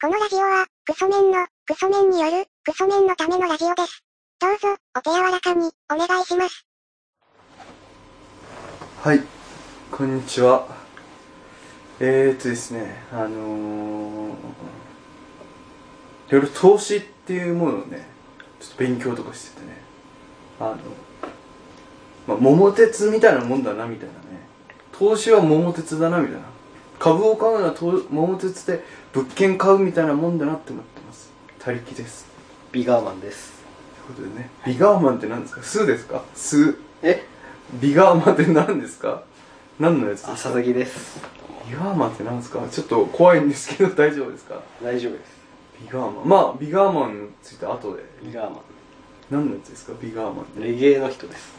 このラジオは、クソメンの、クソメンによる、クソメンのためのラジオです。どうぞ、お手柔らかに、お願いします。はい、こんにちは。えー、っとですね、あのー、いろいろ投資っていうものをね、ちょっと勉強とかしててね、あの、まあ、桃鉄みたいなもんだな、みたいなね。投資は桃鉄だな、みたいな。株を買うのはと桃鉄で物件買うみたいなもんだなって思ってます。他力です。ビガーマンですということでね、ビガーマンって何ですか数ですか数。えビガーマンって何ですか何のやつですか佐々木ですビガーマンってなんですかちょっと怖いんですけど大丈夫ですか大丈夫ですビガーマンまあビガーマンについて後でビガーマ何のやつですかビガーマンっンてレゲエの人です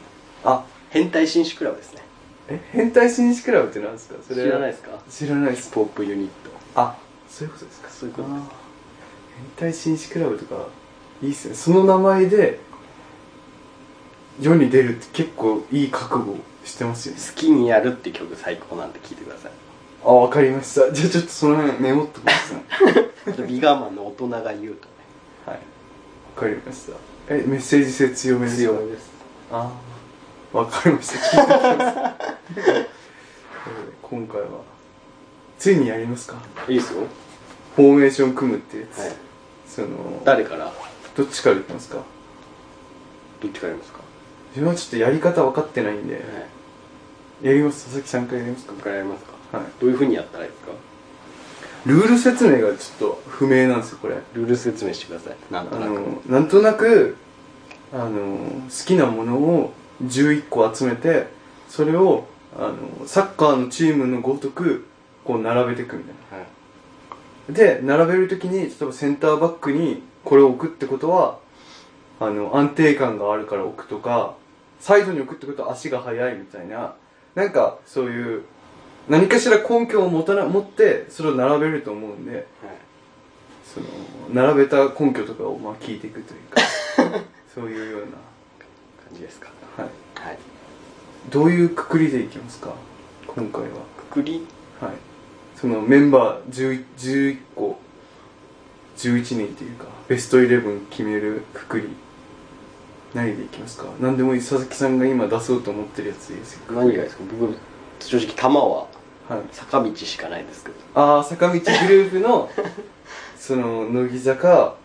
あ変態紳士クラブですねえ変態紳士クラブってなんですかそれ知らないですか知らないですポップユニットあそういうことですかそういうことですあー変態紳士クラブとかいいっすねその名前で世に出るって結構いい覚悟してますよね好きにやるっていう曲最高なんで聞いてくださいあわかりましたじゃあちょっとその辺メモっときます ねあとビガーマンの大人が言うとはいわかりましたえメッセージ性強めねですか強めですああわかりました聞いてきます今回はついにやりますかいいですよはフォーメーション組むってやつ、いその誰からどっちからいきますかどっちからやりますかは自分はちょっとやり方分かってないんで、やります佐々木さんからやりますか僕からやりますかはいどういうふうにやったらいいですかルール説明がちょっと不明なんですよこれルール説明してくださいなんあとなのくなんとなくあの好きなものを11個集めてそれをあのサッカーのチームのごとくこう並べていくみたいなはいで並べるときに例えばセンターバックにこれを置くってことはあの安定感があるから置くとかサイドに置くってことは足が速いみたいななんかそういう何かしら根拠を持たな持ってそれを並べると思うんではいその並べた根拠とかをまあ聞いていくというかそういうような、感じですかはい、はいどういうくくりでいきますか今回はくくりはいそのメンバー 11, 11個11人っていうかベストイレブン決めるくくり何でいきますか何でもいい佐々木さんが今出そうと思ってるやつでいいですよ何がいいですか僕正直玉ははい坂道しかないですけどああ坂道グループ のその乃木坂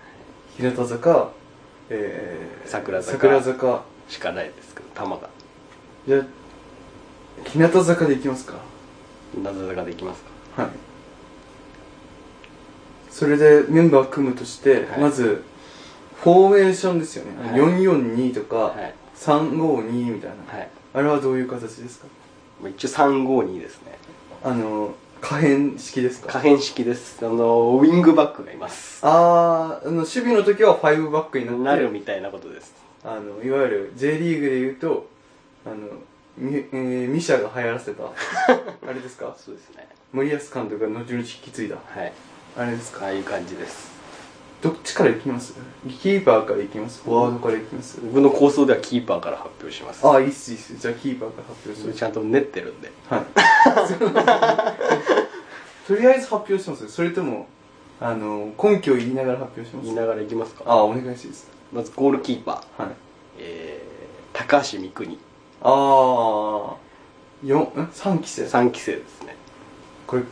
日向坂えー、桜坂桜坂しかないですけど玉がじゃあ日向坂でいきますかなぜ坂でいきますかはいそれでメンバー組むとして、はいまずフォーメーションですよね、はい442とか、はい352みたいな、はいあれはどういう形ですかまあ一応352ですねあの可変式です可か変式ですあのウィングバックがいますあーあの守備の時は5バックになってなるみたいなことですあのいわゆる J リーグでいうとあのみ、えーミシャが流行ら せたあれですかそうですね森保監督が後々引き継いだはいあれですかああいう感じですどっちから行きますキーパーから行きますフォワードから行きます僕の構想ではキーパーから発表しますああいいっすいいっすじゃあキーパーから発表すそれるちゃんと練ってるんではい とりあえず発表しますそれともあの根拠を言いながら発表しま言いすながらいきますあかあお願いしますまずゴールキーパーはいえー高橋三國ああ3期生3期生ですねこれ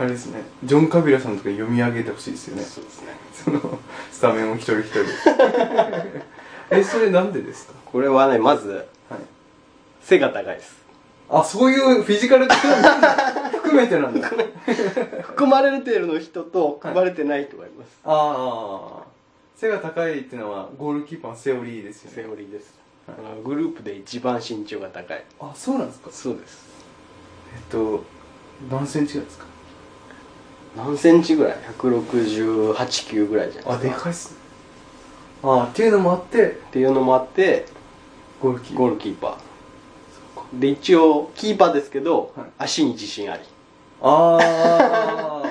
あれですねジョン・カビラさんとか読み上げてほしいですよ ねそうですねそのスタメンを一人一人 えそれなんでですかこれはねまずはい背が高い ですあそういうフィジカルっていうのも含めてなんだ含まれてるの人と含まれてない人がいます、ああ背が高いっていうのはゴールキーパーのセオリーですよセねオリーです、あのグループで一番身長が高いあそうなんですかそうですえっと何センチぐらいですか何センチぐらい1689ぐらいじゃなあいでですかかいっすねああっていうのもあってっていうのもあってゴールキーパゴーールキーパーで一応キーパーですけど、はい足に自信ありああっ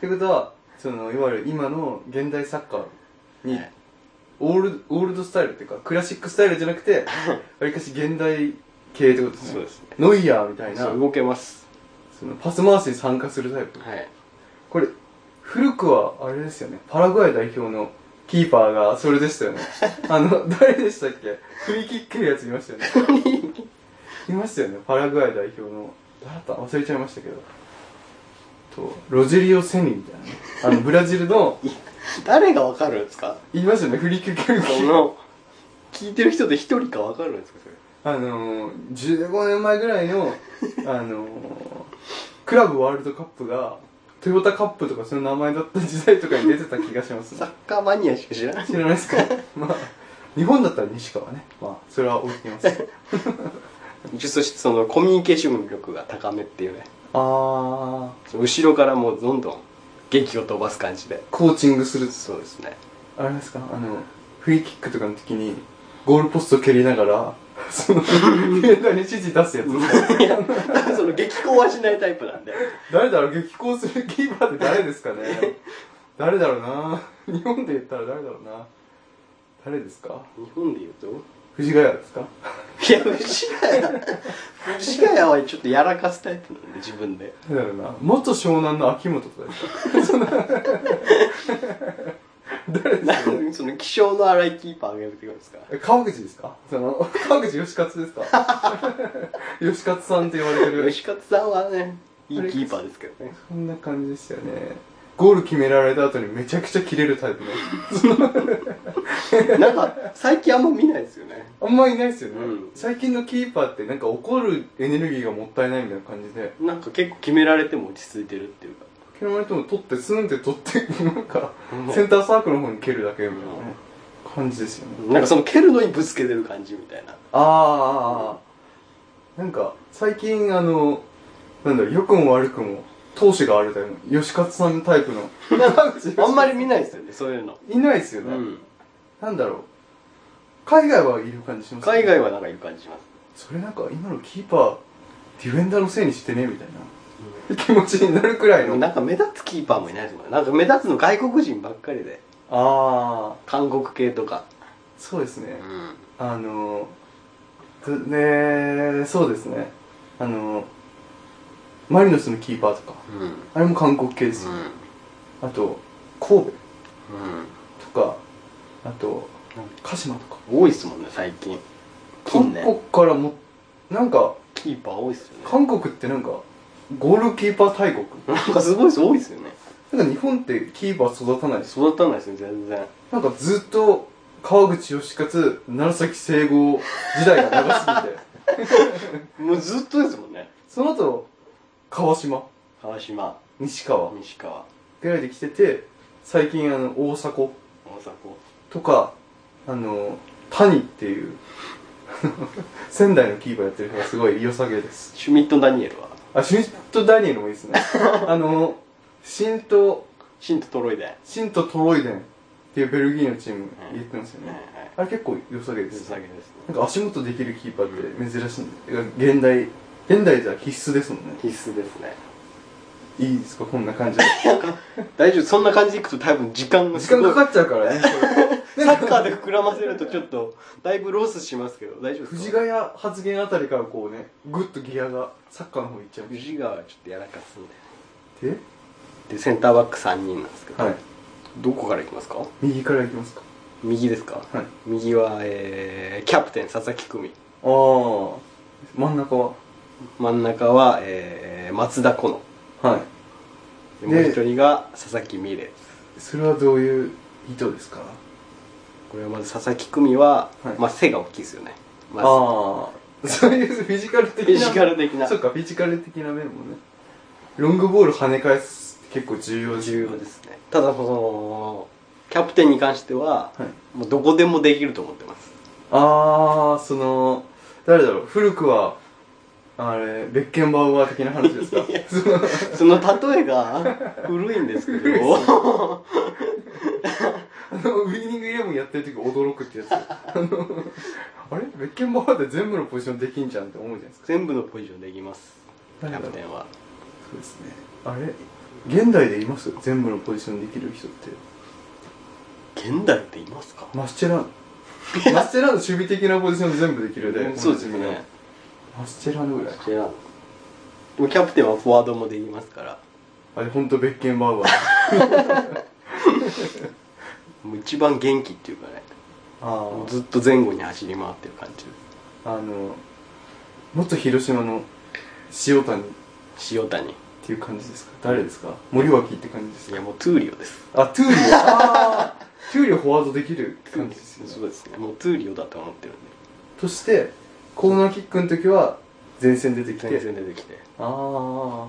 てことはそのいわゆる今の現代サッカーにはいオールオールドスタイルっていうかクラシックスタイルじゃなくてわりかし現代系ってことですねそうですねノイヤーみたいなそう動けますそのパス回しに参加するタイプはいこれ古くはあれですよねパラグアイ代表のキーパーがそれでしたよねあの誰でしたっけフリーキック蹴るやついましたよねいましたよねパラグアイ代表の誰だった忘れちゃいましたけどとロジェリオ・セニみたいなねあのブラジルの誰がわかるんですかいますよねフリーキック蹴るその聞いてる人で一人かわかるんですかそれあのー、15年前ぐらいの、あのー、クラブワールドカップが、トヨタカップとかその名前だった時代とかに出てた気がしますサねッ。カーマニアしか知らない知らないですかまあ、日本だったら西川ね。まあ、それは置いてます。そしてそのコミュニケーション力が高めっていうねあその後ろからもうどんどん劇を飛ばす感じでー、コーチングする。そうですねあれですかあの、フリーキックとかの時に、ゴールポスト蹴りながら、 その、フェンダーに指示出すやつ。いや その激高はしないタイプなんで誰だろう激高するキーパーって誰ですかね誰だろうな日本で言ったら誰だろうな誰ですか日本で言うと藤ヶ谷ですかいや藤ヶ谷藤ヶ谷はちょっとやらかすタイプなんで自分で誰だろうな元湘南の秋元とかですかなんその気象の荒いキーパーがやめてくるんですかえ川口ですか その川口義勝ですか 義勝さんって言われてる 吉勝さんはねいいキーパーですけどねそんな感じでしたよねゴール決められた後にめちゃくちゃ切れるタイプのそのなんか最近あんま見ないですよね あんまいないですよね、うん最近のキーパーってなんか怒るエネルギーがもったいないみたいな感じでなんか結構決められても落ち着いてるっていうか蹴られても取ってスンって 取ってなんかうんセンターサークルの方に蹴るだけみたいなね感じですよねなんかその蹴るのにぶつけてる感じみたいなああなんか最近あのなんだろう良くも悪くも闘志があるタイプの吉勝さんタイプ のあんまり見ないですよねそういうのいないですようね、んなんだろう海外はいる感じしますね海外はなんかいる感じしますそれなんか今のキーパーディフェンダーのせいにしてねみたいな 気持ちになるくらいのなんか目立つキーパーもいないですもんねなんか目立つの外国人ばっかりでああ韓国系とかそうですね、うんあのとねそうですねあのマリノスのキーパーとかうんうんあれも韓国系ですよ、ねあと神戸とかあと鹿島とかうん多いですもんね最近韓近国ねからもなんかキーパー多いっすよね韓国ってなんかゴールキーパー大国なんかすごいっす多いっすよねなんか日本ってキーパー育たないです育たないですね全然なんかずっと川口義勝楢崎聖郷時代が長 すぎてもうずっとですもんねその後川島川島西川西川ぐらいで来てて最近あの大迫大迫とかあの谷っていう 仙台のキーパーやってる人がすごい良さげですシュミット・ダニエルはあシュミット・ダニエルもいいです ねあの新とシント・トロイデン新とトロイデンっていうベルギーのチームやってますよね、はいはいあれ結構良さげでふすざけですねなんか足元できるキーパーって珍しいんで現代現代じゃ必須ですもんね必須ですねいいですかこんな感じで大丈夫そんな感じでいくと多分時間 が時間かかっちゃうからねサッカーで膨らませるとちょっとだいぶロスしますけど大丈夫です藤かヶ谷発言あたりからこうねグッとギアがサッカーの方に行っちゃう藤川はちょっとやらかすんでで、でセンターバック3人なんですけど、はい、どこからいきますか右から行きますか右ですか、はい右は、えー、キャプテン佐々木久美ああ真ん中は真ん中は、えー、松田好乃はいでねもう一人が佐々木美玲それはどういう意図ですかこれはまず佐々木久美は、はいまあ、背が大きいですよね、まあ、ああそういうフィジカル的なフィジカル的なそっかフィジカル的な面もねロングボール跳ね返すって結構重要ですね重要ですねただそのキャプテンに関しては、はいもうどこでもできると思ってます ああその誰だろう古くはあれベッケンバウアー的な話ですかそのその例えが古いんですけ古いっすど あのウィニングイレブンやってる時驚くってやつあのあれベッケンバウアーって全部のポジションできんじゃんって思うじゃないですか全部のポジションできますキ誰ャだろプうテンはそうですねあれ現代でいます全部のポジションできる人って現代っていますか、マスチェランマスチェランの守備的なポジション全部できるで、そうですねマスチェランぐらいじゃあでもキャプテンはフォワードもできますからあれ本当ベッケンバウアーもう一番元気っていうかねあもうーずっと前後に走り回ってる感じあの元広島の塩谷っ塩谷ていう感じですか誰ですか森脇って感じですいかやもうトゥーリオですあトゥー リオあートゥーリオフォワードできる感じですよねそうですねもうトゥーリオだと思ってるんでとしてコーナーキックの時は前線出てきて全然出てきてああ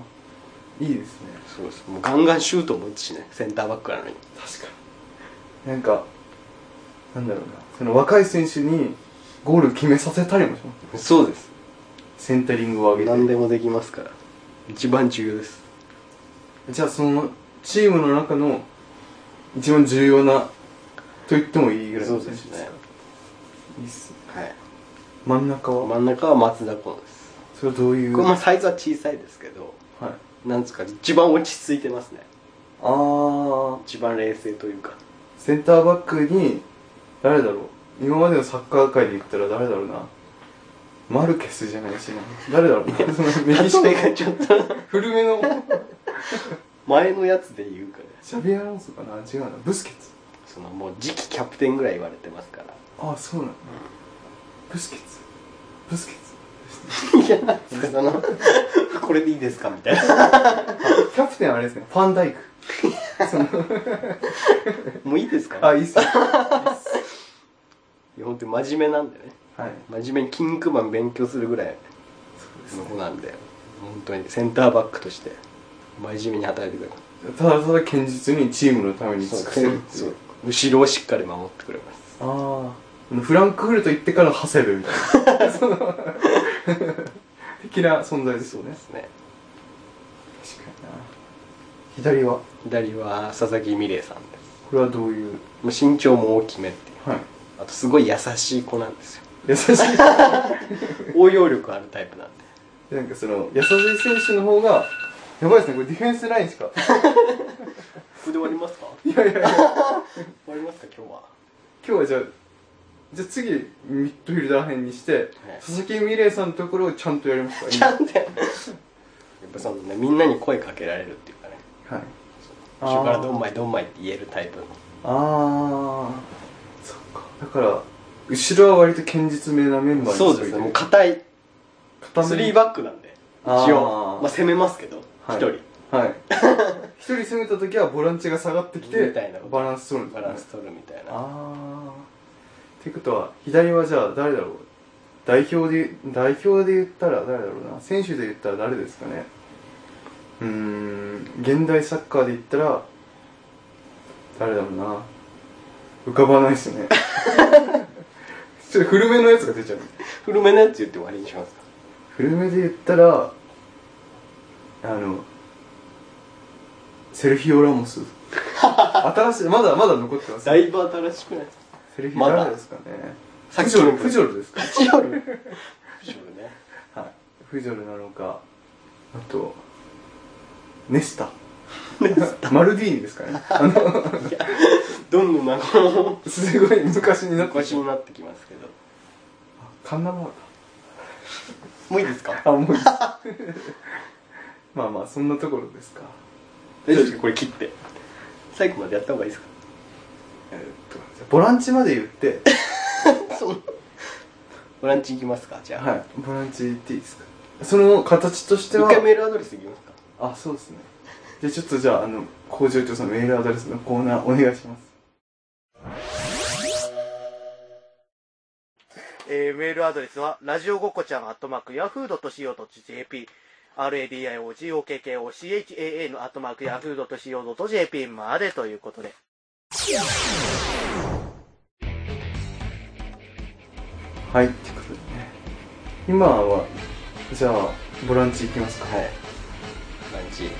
いいですねそうですもうガンガンシュートも打つしねセンターバックなのに確かになんかなんだろうなその若い選手にゴール決めさせたりもしますそうですセンタリングを上げ何てでもできますから一番重要ですじゃあそのチームの中の一番重要なと言ってもいいぐらいの選手ですかいいっすねはい真ん中は、真ん中は松田コンですそれはどういうこれはまあいサイズは小さいですけどあなんですか一番落ち着いてますねあー一番冷静という かセンターバックに誰だろう今までのサッカー界で言ったら誰だろうなマルケスじゃないしな誰だろうなその例右下えがちょっと古めの前のやつで言うかねシャビアロンソかな違うなブスケツそのもう次期キャプテンぐらい言われてますからああそうなんだブスケツブスケツいやなんですかそ のこれでいいですかみたいなあキャプテンあれですねファンダイクそのもういいですかあいいっ すねいいっすいや本当に真面目なんでねはい真面目にキンクマン勉強するぐらいの子なんで本当にセンターバックとして真面目に働いてくれますただただ堅実にチームのために尽くせそうるっていう後ろをしっかり守ってくれますああフランクフルト行ってから長谷部みたいな その的な存在ですよねですね確かにな左は左は佐々木美玲さんですこれはどういうもう身長も大きめっていうはいあとすごい優しい子なんですよ優 しい応用力あるタイプなんでなんかその優しい選手の方がやばいですねこれディフェンスラインしかここで終わりますかいやいやいや終わりますか今日は今日はじゃあじゃあ次ミッドフィルダー編にして、佐々木美玲さんのところをちゃんとやりますからちゃんとやっぱそのねみんなに声かけられるっていうかねはいあー後ろからどんまいどんまいって言えるタイプのああそっかだから後ろは割と堅実めなメンバーにそうですねもう硬い固スめリーバックなんで一あー応まあ攻めますけどはい一人はい 一人攻めた時はボランチが下がってきてみたいなことバランス取るんですバねランス取るみたいなああってことは左はじゃあ誰だろう代表で代表で言ったら誰だろうな選手で言ったら誰ですかねうーん現代サッカーで言ったら誰だろうな浮かばないっす ねちょっと古めのやつが出ちゃう古めのやつ言って終わりにしますか古めで言ったらあのセルヒオ・ラモ ス新しいまだまだ残ってますだいぶ新しくないですかセルフィまだ誰ですかね。さっフきジョル、のフジョルですかフジョルフジョルねはい。フジョルなのか、あと、ネスタ。 マルディーニですかね。あの、どんどんなんかもすごい昔にうなって、昔になってきますけどカンナバーか。もういいですかあ、もういい ですまあまあ、そんなところですか。大丈夫ですかこれ切って最後までやった方がいいですえーっと、じゃあボランチまで言って、かそうボランチ行きますかじゃあ、はい。ボランチ行っていいですか。その形として一は、回メールアドレス行きますかあ、そうですね。じゃあちょっとじゃあ、あの、工場長さんのメールアドレスのコーナーお願いします。えーメールアドレスは、ラジオごこちゃん、アットマーク、ヤフー .co.jp、radiogokochaa のアットマーク、ヤフー .co.jp までということで。はいってことでね今はじゃあボランチ行きますかはいボランチはい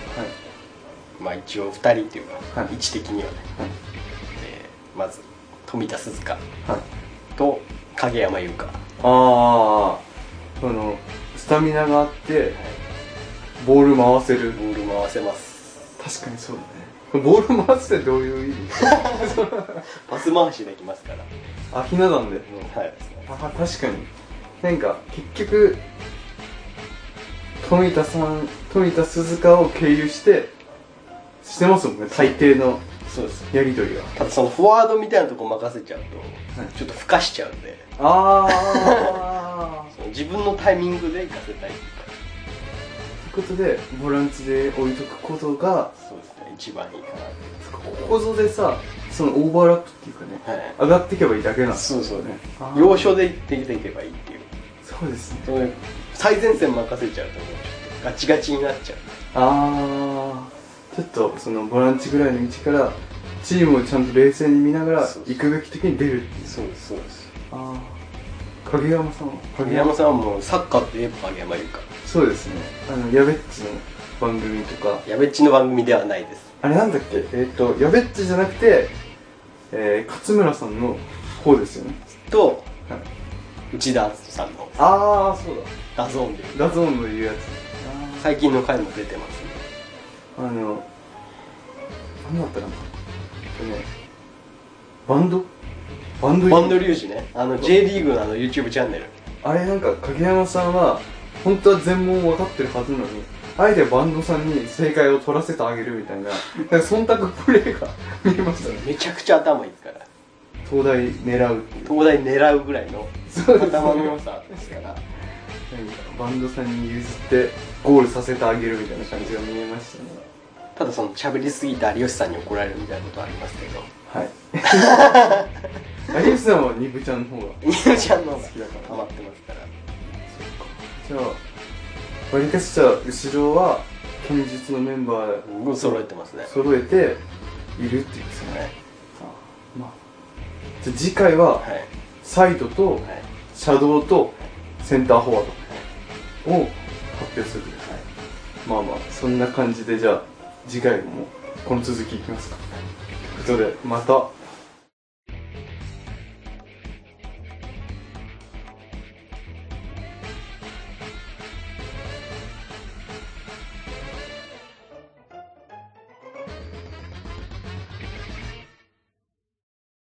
まあ一応2人っていうか、はい位置的にははね、いえーまず富田鈴香はいと影山優香、はああそのスタミナがあってボール回せるい、ボール回せます確かにそうだねこれボール回すってどういう意味パス回しできますから、 あひな壇ではいですねあー確かになんか結局富田さん富田鈴鹿を経由してしてますもんね大抵のそうですやり取りはただそのフォワードみたいなとこ任せちゃうはいとちょっとふかしちゃうんでああその自分のタイミングで行かせたいっていというかうことでボランチで置いとくことがそうですね一番いいかなってここぞでさそのオーバーラップっていうかねはい上がっていけばいいだけなんですそうそうねあー要所で行っていけばいいっていうそうですねその最前線任せちゃうともうちょっとガチガチになっちゃうああちょっとそのボランチぐらいの位置からチームをちゃんと冷静に見ながらそうそう行くべき時に出るっていうそうですそうですああ影山さんは影山さんはもうサッカーといえば影山優香そうですねあのやべっちの番組とかやべっちの番組ではないですあれなんだっけえっ、とやべっちじゃなくて、えー、勝村さんの方ですよねとはい内田篤人さんのああそうダゾーンでだラゾーンの言うやつ最近の回も出てますねあの何だったかなえっとねバンドバンドバンドリュウジねあの J リーグのあの YouTube チャンネルあれなんか影山さんは本当は全問分かってるはずなのにあえてバンドさんに正解を取らせてあげるみたいななんか忖度プレーが 見えましたねめちゃくちゃ頭いいから東大狙うっていう東大狙うぐらいのそうですね頭の良さですからなんかバンドさんに譲ってゴールさせてあげるみたいな感じが見えましたねただその喋りすぎた有吉さんに怒られるみたいなことはありますけどはい有吉さんはニブちゃんの方が有吉ちゃんの方がハマってますからじゃあわりかしじゃあ後ろは堅実のメンバーうん揃えてますね揃えているっていうですねはいあまあじゃあ次回ははいサイドとはいシャドウとセンターフォワードを発表するというまあまあそんな感じでじゃあ次回もこの続きいきますかということでまた